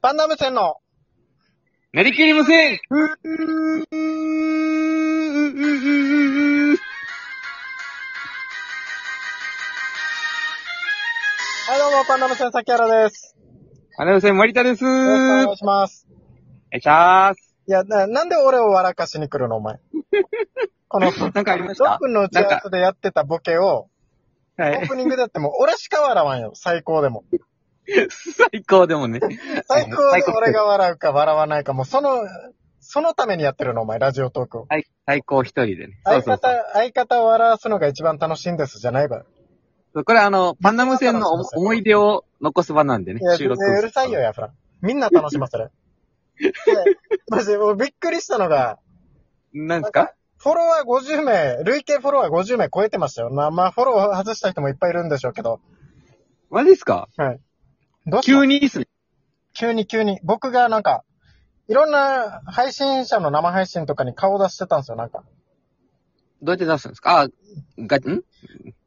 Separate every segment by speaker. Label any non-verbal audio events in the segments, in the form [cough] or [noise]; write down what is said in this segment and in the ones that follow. Speaker 1: パンダム戦の、
Speaker 2: なりきり無線
Speaker 1: はい、どうも、パンダム戦、崎原です。
Speaker 2: ありがとうございます。森田です。
Speaker 1: よろしくお願いします。
Speaker 2: お願いしま
Speaker 1: いや、な、なんで俺を笑かしに来るの、
Speaker 2: [laughs]
Speaker 1: お前。この、
Speaker 2: す。なんかありました
Speaker 1: ロ分の打ち合わせでやってたボケを、オ
Speaker 2: はい
Speaker 1: ー。プニングだってもう、俺しか笑わんよ、最高でも。
Speaker 2: 最高でもね。
Speaker 1: 最高で俺が笑うか笑わないか、もうその、そのためにやってるの、お前、ラジオトークを。
Speaker 2: はい。最高一人でね。そ
Speaker 1: 相
Speaker 2: うそうそう
Speaker 1: 方、相方を笑わすのが一番楽しいんです、じゃないば。
Speaker 2: そう。これあの、パンダ無線の思思い出を残す場なんでね
Speaker 1: いや、、
Speaker 2: 収録。
Speaker 1: うるさいよ、。やフラン。みんな楽しませ
Speaker 2: [laughs]
Speaker 1: る。でマジで、もうびっくりしたのが、
Speaker 2: なんですか
Speaker 1: フォロワー50名、累計フォロワー50名超えてましたよ。まあまあ、フォロー外した人もいっぱいいるんでしょうけど。
Speaker 2: マジですか
Speaker 1: どうし
Speaker 2: 急
Speaker 1: た
Speaker 2: にいいっすね。
Speaker 1: 急に急に。僕がなんか、いろんな配信者の生配信とかに顔出してたんですよ、なんか。
Speaker 2: どうやって出したんですかあ、ガ、ん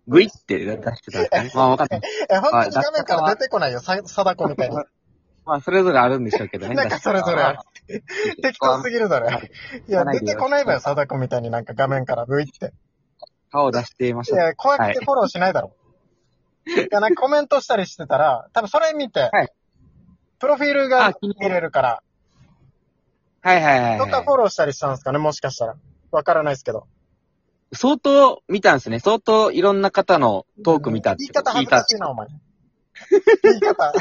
Speaker 2: グイって出してたんですかね。まあわかんない。
Speaker 1: え、本当に画面から出てこないよ、さ、貞子み [laughs] たいに。
Speaker 2: まあそれぞれあるんでしょうけどね。
Speaker 1: なんかそれぞれある適当すぎるだろ。いや、出てこないわよ、貞子みたいになんか画面からブイって。
Speaker 2: 顔を出していまし
Speaker 1: い
Speaker 2: た。
Speaker 1: や、怖くてフォローしないだろ。い、や、なんかコメントしたりしてたら、多分それ見て、
Speaker 2: はい
Speaker 1: プロフィールが
Speaker 2: あ気に
Speaker 1: 見れるから、
Speaker 2: はいはいはい
Speaker 1: と
Speaker 2: は
Speaker 1: か
Speaker 2: い
Speaker 1: フォ。ローしたりしたんですかね、もしかしたら。わからないですけど。
Speaker 2: 相当見たんですね。相当いろんな方のトーク見たっ
Speaker 1: 言
Speaker 2: てい。
Speaker 1: いう方恥ずかしいな、お前。言い方。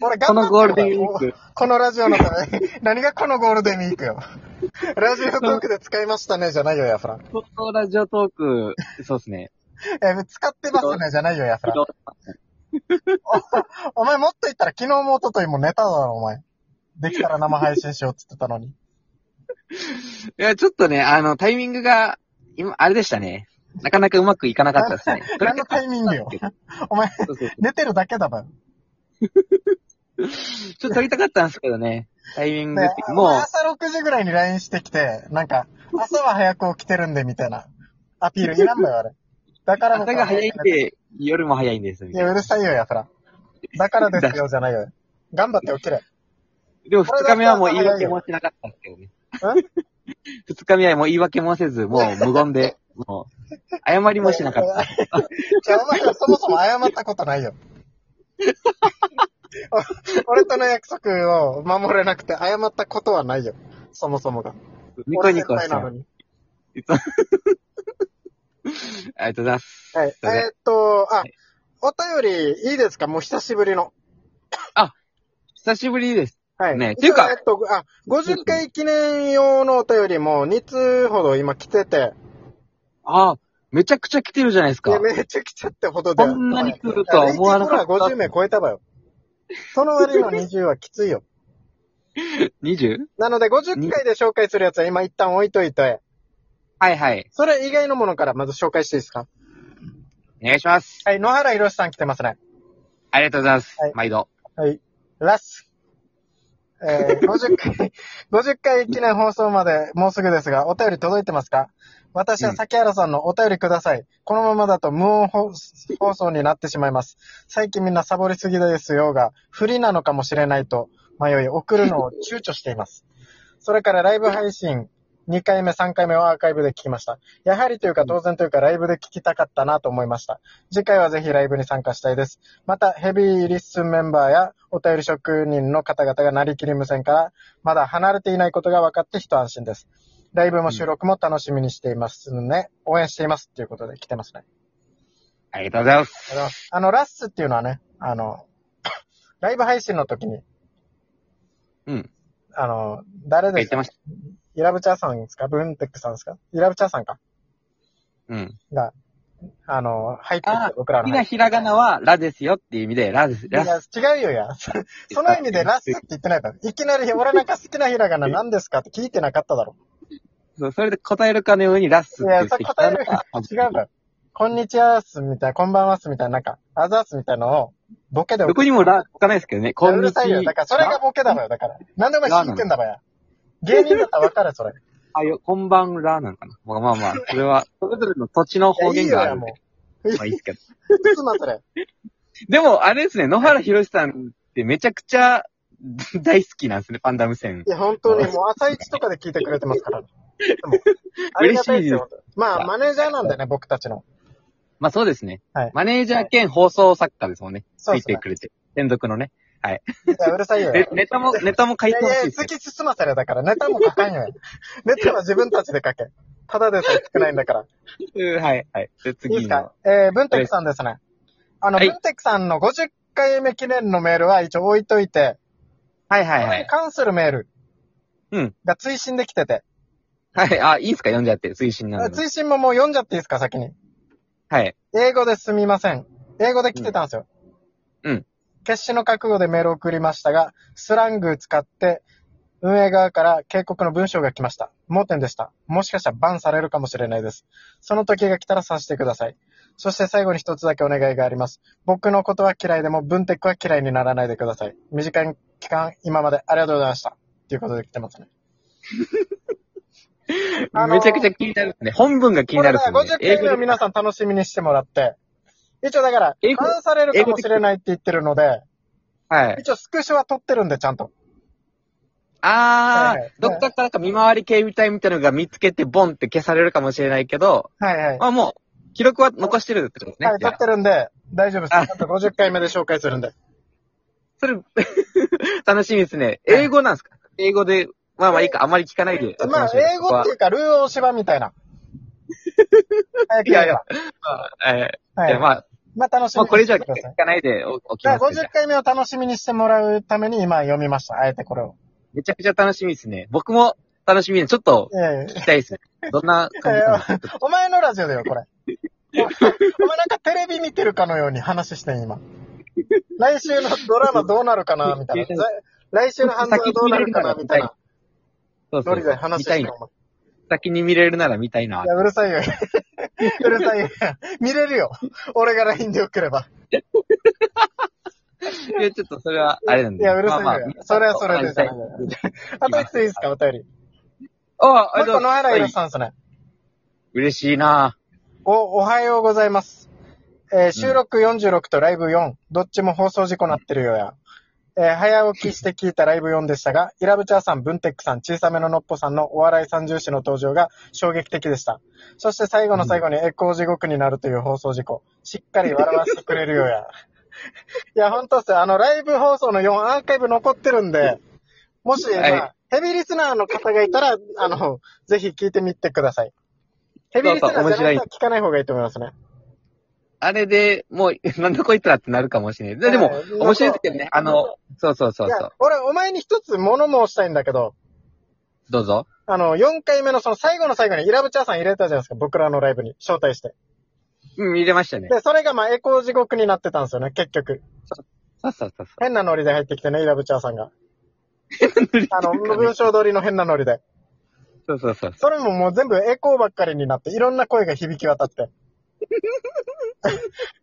Speaker 1: 俺
Speaker 2: こ
Speaker 1: 頑張
Speaker 2: の
Speaker 1: って
Speaker 2: ゴールデンウィーク。
Speaker 1: このラジオのために、何がこのゴールデンウィークよ。ラジオトークで使いましたね、じゃないよ、ヤフラン。
Speaker 2: 相当ラジオトーク、そうですね。
Speaker 1: え、使ってますね、じゃないよ、ヤフラン。お前もっと言ったら昨日もおとといもネタだろ、お前。できたら生配信しようって言ってたのに。
Speaker 2: いや、ちょっとね、あの、タイミングが、今、あれでしたね。なかなかうまくいかなかったですね。それ
Speaker 1: [laughs] 何のタイミングよ。お前、
Speaker 2: そうそう
Speaker 1: 寝てるだけだば。
Speaker 2: ちょっと撮りたかったんですけどね。タイミング
Speaker 1: ね
Speaker 2: って、
Speaker 1: [laughs] お
Speaker 2: も
Speaker 1: 前
Speaker 2: う、
Speaker 1: 朝6時ぐらいに LINE してきて、なんか、朝は早く起きてるんで、みたいな。アピールいらんのよ、あれ。だから
Speaker 2: 朝が早いん
Speaker 1: い
Speaker 2: で、夜も早いんです。みたい
Speaker 1: や、うるさいよ、やフら。だからですよ、じゃないよ。頑張って起きれ。
Speaker 2: なでも、二日目はもう言い訳もしなかったんですけどね。二日目はもう言い訳もせず、もう無言で、もう、謝りもしなかった。
Speaker 1: じゃあ、お前はそもそも謝ったことないよ。 [laughs] 俺との約束を守れなくて謝ったことはないよ。そもそもが。
Speaker 2: ニコニコ
Speaker 1: 俺先輩
Speaker 2: して
Speaker 1: なの
Speaker 2: ます。
Speaker 1: に。
Speaker 2: いつもありがとうございます。
Speaker 1: はい。え
Speaker 2: そうね
Speaker 1: ーっと、あ
Speaker 2: い、
Speaker 1: お便りいいですかもう久しぶりの。
Speaker 2: 久しぶりです。
Speaker 1: はい。
Speaker 2: ねっていうか
Speaker 1: えっと、あ、50回記念用のお便りも2通ほど今来てて、
Speaker 2: ああ、めちゃくちゃ来てるじゃないです
Speaker 1: で
Speaker 2: か。
Speaker 1: めっちゃ来ちゃってほどで。
Speaker 2: こんなに来るとは思わなか
Speaker 1: ほら、
Speaker 2: っ
Speaker 1: 50名超えたわよ。その割の20はきつい
Speaker 2: [laughs]
Speaker 1: よ。
Speaker 2: た。20?
Speaker 1: なので、50回で紹介するやつは今一旦置いといて、
Speaker 2: はいはい。
Speaker 1: それ以外のものからまず紹介していいですか
Speaker 2: お願いします。
Speaker 1: はい、野原博さん来てますね。
Speaker 2: ありがとうございます。
Speaker 1: はい
Speaker 2: 毎度。
Speaker 1: はい。ラス。えー、50回、50回記念放送までもうすぐですが、お便り届いてますか私は崎原さんのお便りください。このままだと無音放放送になってしまいます。最近みんなサボりすぎですよが、不利なのかもしれないと迷い、送るのを躊躇してい [laughs] ます。それからライブ配信、2回目、3回目はアーカイブで聞きました。やはりというか当然というかライブで聞きたかったなと思いました。次回はぜひライブに参加したいです。また、ヘビーリッスンメンバーやお便り職人の方々がなりきり無線から、まだ離れていないことが分かって一安心です。ライブも収録も楽しみにしていますね。応援しています。ということで来てますね。
Speaker 2: ありがとうございます。
Speaker 1: あのあの、ラッスっていうのはね、あの、 [coughs] ライブ配信の時に、
Speaker 2: うん。
Speaker 1: あの、誰
Speaker 2: 言
Speaker 1: で
Speaker 2: っ
Speaker 1: すか
Speaker 2: てました。
Speaker 1: イラブチャーさんですかブンテックさんですかイラブチャーさんか
Speaker 2: うん。
Speaker 1: が、あの、入ってき
Speaker 2: あ
Speaker 1: て、僕ら
Speaker 2: 好
Speaker 1: の
Speaker 2: きな
Speaker 1: 入っ
Speaker 2: ひらがなは、ラですよっていう意味で、ラです。
Speaker 1: てき
Speaker 2: ラス。
Speaker 1: て。いや違うよ、
Speaker 2: [laughs]
Speaker 1: いや。その意味でラッスって言ってないから。いきなり、俺なんか好きなひらがな何ですかって聞いてなかっただろ。
Speaker 2: そうそれで答えるかのようにラスって言ってきたの
Speaker 1: いやそれ答
Speaker 2: が
Speaker 1: 違うから。こんにちはっすみたいな、こんばんはっすみたいな、なんか、あざっすみたいなのを、ボケで
Speaker 2: どこにもラつかないですけどね。こん
Speaker 1: う
Speaker 2: に
Speaker 1: る
Speaker 2: ちは
Speaker 1: さいよ。だから、それがボケだろよ、だから。なんでお前引いてんだばや。芸人だったらわかる、それ。
Speaker 2: あよ、こんばんらなんかな。まあまあまあ、それは、それぞれの土地の
Speaker 1: い
Speaker 2: 方
Speaker 1: やい
Speaker 2: 言
Speaker 1: いよ
Speaker 2: があ
Speaker 1: や、
Speaker 2: るんで。
Speaker 1: もう。い
Speaker 2: まあいいですけど。
Speaker 1: くつまそれ。
Speaker 2: でも、あれですね、野原博さんってめちゃくちゃ [laughs] 大好きなんですね、パンダ無線
Speaker 1: い。や、本当にもう朝一とかで聞いてくれてますから。でもありがたいですよ。まあ、マネージャーなんでね、僕たちの。
Speaker 2: まあそうですね。
Speaker 1: はい
Speaker 2: マネージャー兼放送作家ですもんね。
Speaker 1: そう
Speaker 2: つ
Speaker 1: ですね
Speaker 2: いてくれて。連続のね。
Speaker 1: いやうるさいよ。
Speaker 2: ネネタも、ネタも書い
Speaker 1: い
Speaker 2: て
Speaker 1: やい
Speaker 2: ほしい
Speaker 1: や、
Speaker 2: ですね
Speaker 1: 突。き進まされだから、ネタも書か
Speaker 2: [laughs]
Speaker 1: んよ。ネタは自分たちで書け。ただでさえ少ないんだから。
Speaker 2: うんはい、はい。で、
Speaker 1: いいで
Speaker 2: 次
Speaker 1: す
Speaker 2: の
Speaker 1: か。えー、文テクさんですね。あの、
Speaker 2: はい
Speaker 1: 文テクさんの50回目記念のメールは一応置いといて、
Speaker 2: はいはい
Speaker 1: そ
Speaker 2: は
Speaker 1: れに
Speaker 2: い。
Speaker 1: 関するメール
Speaker 2: うん。
Speaker 1: が追伸できてて、
Speaker 2: はい。あ、いいんすか読んじゃって。推進なの
Speaker 1: あ
Speaker 2: に。
Speaker 1: 追伸ももう読んじゃっていいですか、先に。
Speaker 2: はい。
Speaker 1: 英語ですみません。英語で来てたんですよ。
Speaker 2: うんうん
Speaker 1: 決死の覚悟でメールを送りましたが、スラング使って、運営側から警告の文章が来ました。盲点でした。もしかしたらバンされるかもしれないです。その時が来たら察してください。そして最後に一つだけお願いがあります。僕のことは嫌いでも、文テックは嫌いにならないでください。短い期間、今までありがとうございました。ということで来てますね。あのー
Speaker 2: めちゃくちゃ気になるっすね。本文が気になるっすね
Speaker 1: これだ。から50回目を皆さん楽しみにしてもらって、一応だから
Speaker 2: 英、語
Speaker 1: バンされるかもしれないって言ってるので、
Speaker 2: はい。
Speaker 1: 一応スクショは撮ってるんで、ちゃんと。は
Speaker 2: あ
Speaker 1: いは
Speaker 2: ー
Speaker 1: い、
Speaker 2: どっかからか見回り警備隊みたいなのが見つけて、ボンって消されるかもしれないけど、
Speaker 1: はいはい。
Speaker 2: まあもう、記録は残してるってことですね
Speaker 1: はい、。
Speaker 2: じ
Speaker 1: 撮
Speaker 2: ゃ
Speaker 1: っ
Speaker 2: あ
Speaker 1: てるんで、大丈夫です。
Speaker 2: あ
Speaker 1: ちゃんと50回目で紹介するんで。
Speaker 2: それ、楽しみですね。英語なんですか英語で、まあまあいいか、あまり聞かないで。
Speaker 1: まあ、英語っていうか、ルー大芝みたい
Speaker 2: [laughs]
Speaker 1: な。早く
Speaker 2: いやいや
Speaker 1: 言、
Speaker 2: え
Speaker 1: えば
Speaker 2: ー
Speaker 1: はい
Speaker 2: や、まあ、
Speaker 1: まあ、楽しみ
Speaker 2: まあ
Speaker 1: に
Speaker 2: これ
Speaker 1: し
Speaker 2: 以上
Speaker 1: て
Speaker 2: は
Speaker 1: く
Speaker 2: 聞
Speaker 1: ださい。
Speaker 2: かないでおおき
Speaker 1: じゃあ、
Speaker 2: ますね。
Speaker 1: 50回目を楽しみにしてもらうために、今読みました。あえてこれを。
Speaker 2: めちゃくちゃ楽しみですね。僕も楽しみで、ちょっと
Speaker 1: ええ
Speaker 2: 聞きたいですね。どんな感じかな。
Speaker 1: お前のラジオだよ、
Speaker 2: [laughs]
Speaker 1: これ。おお前なんかテレビ見てるかのように話してん、今。来週のドラマどうなるかな、みたい
Speaker 2: [laughs]
Speaker 1: な。来来週の犯罪はどうなるかな、みたいな。
Speaker 2: そう
Speaker 1: ノリで
Speaker 2: 見
Speaker 1: 話して
Speaker 2: た
Speaker 1: ん
Speaker 2: い
Speaker 1: の
Speaker 2: な。先に見れるなら見たいな。
Speaker 1: いや、うるさいよ。 [laughs] うるさいよ。見れるよ。俺が LINE で送れば。
Speaker 2: いや、ちょっとそれは、あれなん
Speaker 1: い
Speaker 2: で。
Speaker 1: や、うるさいよ。
Speaker 2: まあまあ
Speaker 1: それはそれでじゃない
Speaker 2: あ
Speaker 1: あといついいですか、お便り。
Speaker 2: あ、
Speaker 1: もう
Speaker 2: あり
Speaker 1: 一
Speaker 2: がと
Speaker 1: 個、
Speaker 2: う
Speaker 1: 野
Speaker 2: ござい
Speaker 1: 原
Speaker 2: ます
Speaker 1: 宏さんですね。
Speaker 2: 嬉しいな
Speaker 1: お、おはようございます。えー収録46とライブ4、どっちも放送事故なってるよや。えー早起きして聞いたライブ4でしたが、イラブチャーさん、ブンテックさん、小さめののっぽさんのお笑い三重視の登場が衝撃的でした。そして最後の最後に栄光地獄になるという放送事故。しっかり笑わせてくれるよ
Speaker 2: [laughs]
Speaker 1: や。いや、ほんとっすよあの、ライブ放送の4アーカイブ残ってるんで、もし、まあ
Speaker 2: はい
Speaker 1: ヘビーリスナーの方がいたら、あの、ぜひ聞いてみてください。ヘビーリスナーじゃない人は聞かない方がいいと思いますね。
Speaker 2: あれで、もう、 [laughs] なんだこいつらってなるかもしれない。ででも
Speaker 1: はい、
Speaker 2: 面白いですけどね。あの、そうそうそう
Speaker 1: い
Speaker 2: そ
Speaker 1: や
Speaker 2: う。、
Speaker 1: 俺、お前に一つ物申したいんだけど、
Speaker 2: どうぞ。
Speaker 1: あの、4回目のその最後の最後にイラブチャーさん入れたじゃないですか、僕らのライブに招待して。
Speaker 2: うん、見れましたね。
Speaker 1: で、それがまあ、エコー地獄になってたんですよね、結局。
Speaker 2: そうそうそう
Speaker 1: 変なノリで入ってきてね、イラブチャーさんが。 [laughs] あ
Speaker 2: [laughs]
Speaker 1: の、文章通りの変なノリで。
Speaker 2: そう。そうそうそ
Speaker 1: それももう全部エコーばっかりになって、いろんな声が響き渡
Speaker 2: [laughs]
Speaker 1: って。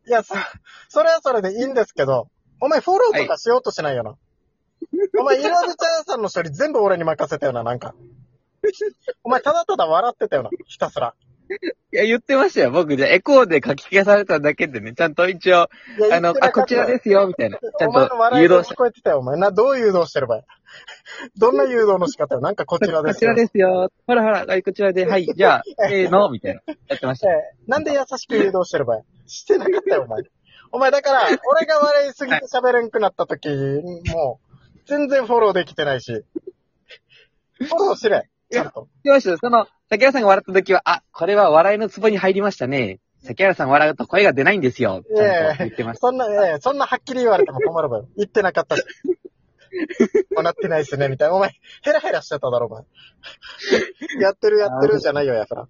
Speaker 1: いや、そ、それはそれでいいんですけど、お前フォローとかしようとしないよな。お前、イラブチャーさんの処理全部俺に任せたよな、なんか。お前、ただただ笑ってたよな、ひたすら。
Speaker 2: う。いや、言ってましたよ。僕、じゃあエコーで書き消されただけでね、ちゃんと一応、
Speaker 1: いや。
Speaker 2: あの、あ、こちらですすよ、みたいな。ちゃん
Speaker 1: お前の
Speaker 2: と
Speaker 1: 笑い
Speaker 2: 誘
Speaker 1: が
Speaker 2: 導し
Speaker 1: 聞こえてたよ、お前。な、どう誘導してればいいどんな誘導の仕方よ。なんかこち
Speaker 2: て。
Speaker 1: らで
Speaker 2: こ
Speaker 1: す
Speaker 2: ち
Speaker 1: よ。
Speaker 2: らですよ。ほらほら、はい、こちらで、はい、じゃ
Speaker 1: [laughs]
Speaker 2: あ、せーの、みたいな。やってました。
Speaker 1: えーなんで優しく誘導してる場合してなかったよ、お前。お前、だから、俺が笑いすぎて喋れんくなった時、もう、全然フォローできてないし。フォローしれ。ちゃんと。
Speaker 2: よし、その、崎原さんが笑った時は、あ、これは笑いのツボに入りましたね。崎原さん笑うと声が出ないんですよ。ちゃんと言ってました。
Speaker 1: そんな、えーそんなはっきり言われても困るわよ。言ってなかったし。もうなってないっすね、みたいな。お前、ヘラヘラしてただろ、お前。やってるやってるじゃないよ、やから。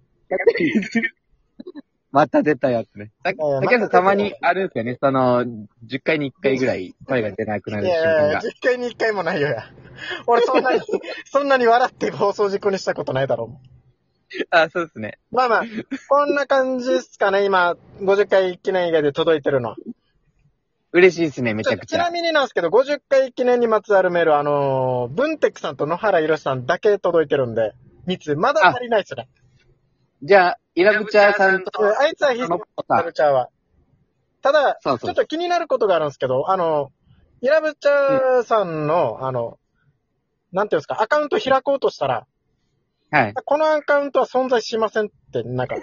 Speaker 2: また出たやつね。さ
Speaker 1: うん
Speaker 2: 崎原さんたまにあるんですよね。その、10回に1回ぐらい声が出なくないる瞬
Speaker 1: やい
Speaker 2: 間
Speaker 1: や、
Speaker 2: が。
Speaker 1: 10回に1回もないよや。俺そんなに、そんなに笑って放送事故にしたことないだろう。
Speaker 2: あ、そうですね。
Speaker 1: まあまあ、こんな感じですかね、今、50回記念以外で届いてるのは。
Speaker 2: 嬉しいですね、めちゃく
Speaker 1: ち
Speaker 2: ち
Speaker 1: な
Speaker 2: ゃ。
Speaker 1: みになんですけど、50回記念にまつわるメールは、あのー、文テックさんと野原宏さんだけ届いてるんで、3つ、まだ足りないっすね。
Speaker 2: じゃあ、イラブチャーさんと、
Speaker 1: あいつはひ
Speaker 2: あの
Speaker 1: っ
Speaker 2: 子さ
Speaker 1: カ
Speaker 2: ん
Speaker 1: ルチャーは。ただ、
Speaker 2: そう
Speaker 1: ち
Speaker 2: そ
Speaker 1: ょ
Speaker 2: う
Speaker 1: っ。と気になることがあるんですけど、あのイラブチャーさんの、あの、なんていうんですか、アカウント開こうとしたら、
Speaker 2: はい。
Speaker 1: このアカウントは存在しませんって、なんか、あ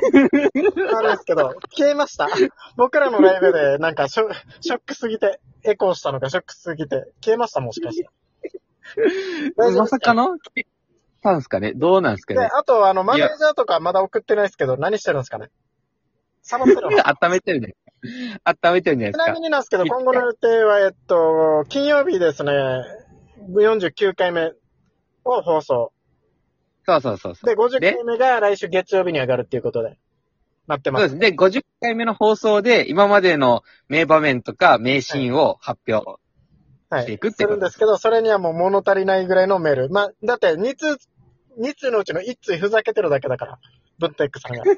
Speaker 1: れですけ
Speaker 2: [laughs]
Speaker 1: ど、消えました。僕らのライブで、なんかショ、ショックすぎて、エコーしたのか、ショックすぎて、消えました、もしかして。大丈夫
Speaker 2: ま
Speaker 1: です
Speaker 2: さかのたんすかねどうなんすか
Speaker 1: で、
Speaker 2: ね
Speaker 1: あと、あの、マネージャーとかまだ送ってないですけど、何してるんですかねサボってるの
Speaker 2: 温めてるね。温めてるんじゃ
Speaker 1: ち
Speaker 2: な
Speaker 1: な
Speaker 2: いで
Speaker 1: み
Speaker 2: す
Speaker 1: になんですけど、今後の予定は、えっと、金曜日ですね、49回目を放送。
Speaker 2: か。そうそうそうそう。
Speaker 1: で、50
Speaker 2: で
Speaker 1: 回目が来週月曜日に上がるっていうことで、なって
Speaker 2: そう
Speaker 1: ま。
Speaker 2: ですす。で、50回目の放送で、今までの名場面とか名シーンを発表
Speaker 1: は
Speaker 2: していくっ
Speaker 1: す
Speaker 2: てこ
Speaker 1: る
Speaker 2: と
Speaker 1: んですけど、それにはもう物足りないぐらいのメール。まあ、だって、2通、2通のうちの1通ふざけてるだけだから、ブンテックさんが。
Speaker 2: [laughs]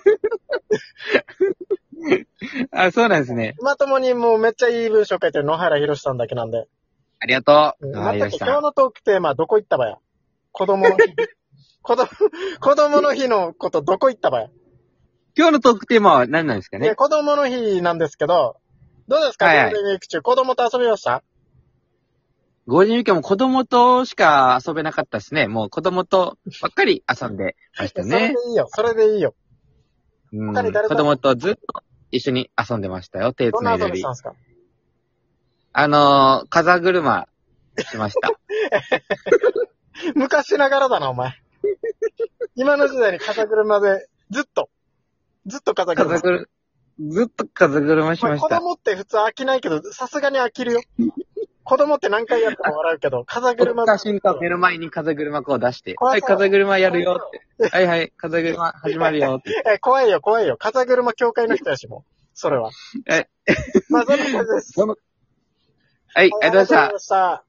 Speaker 2: あ、そうなんですね。
Speaker 1: まともにもうめっちゃいい文章書いてる野原博さんだけなんで。
Speaker 2: ありがと
Speaker 1: うん
Speaker 2: う。
Speaker 1: な
Speaker 2: あ
Speaker 1: ん
Speaker 2: り
Speaker 1: だっ
Speaker 2: が
Speaker 1: け
Speaker 2: とう。
Speaker 1: 今日のトークテーマ、どこ行ったばや子供
Speaker 2: [laughs]
Speaker 1: の日。子供、子供の日のこと、どこ行ったばや、
Speaker 2: 今日のトークテーマは何なんですか
Speaker 1: いや
Speaker 2: ね
Speaker 1: 子供の日なんですけど、どうですか、
Speaker 2: はいはい
Speaker 1: ゴールデンウィーク中、子供と遊びました
Speaker 2: ゴールデンウィークはもう子供としか遊べなかったですね。もう子供とばっかり遊んでました
Speaker 1: それ
Speaker 2: ね
Speaker 1: で。いいよ、それでいいよ。
Speaker 2: うん
Speaker 1: 他に誰か
Speaker 2: 子供とずっと一緒に遊んでましたよ。手
Speaker 1: どんな
Speaker 2: 繋いだ
Speaker 1: 遊び
Speaker 2: り
Speaker 1: した。んですか
Speaker 2: あのー、風車しました。
Speaker 1: 昔ながらだな、お前。今の時代に風車で、ずっと、ずっと [laughs] 風車。
Speaker 2: 風車、ずっと風車し
Speaker 1: まあ
Speaker 2: まし
Speaker 1: 子
Speaker 2: た。
Speaker 1: 供って普通飽きないけど、さすがに飽きるよ。子供って何回やっても笑うけど、風
Speaker 2: 撮
Speaker 1: 車
Speaker 2: った瞬間目の前に風車こう出して、
Speaker 1: 怖
Speaker 2: はいい、
Speaker 1: 怖い
Speaker 2: 風車やるよ
Speaker 1: [laughs]
Speaker 2: って。はいはい、風車始まるよって。
Speaker 1: え、怖いよ、怖いよ。風車協会の人やし、もう。それは。
Speaker 2: え、
Speaker 1: まあ、そんな感じです。
Speaker 2: [laughs] その、はい、ありがとうございました。
Speaker 1: ました。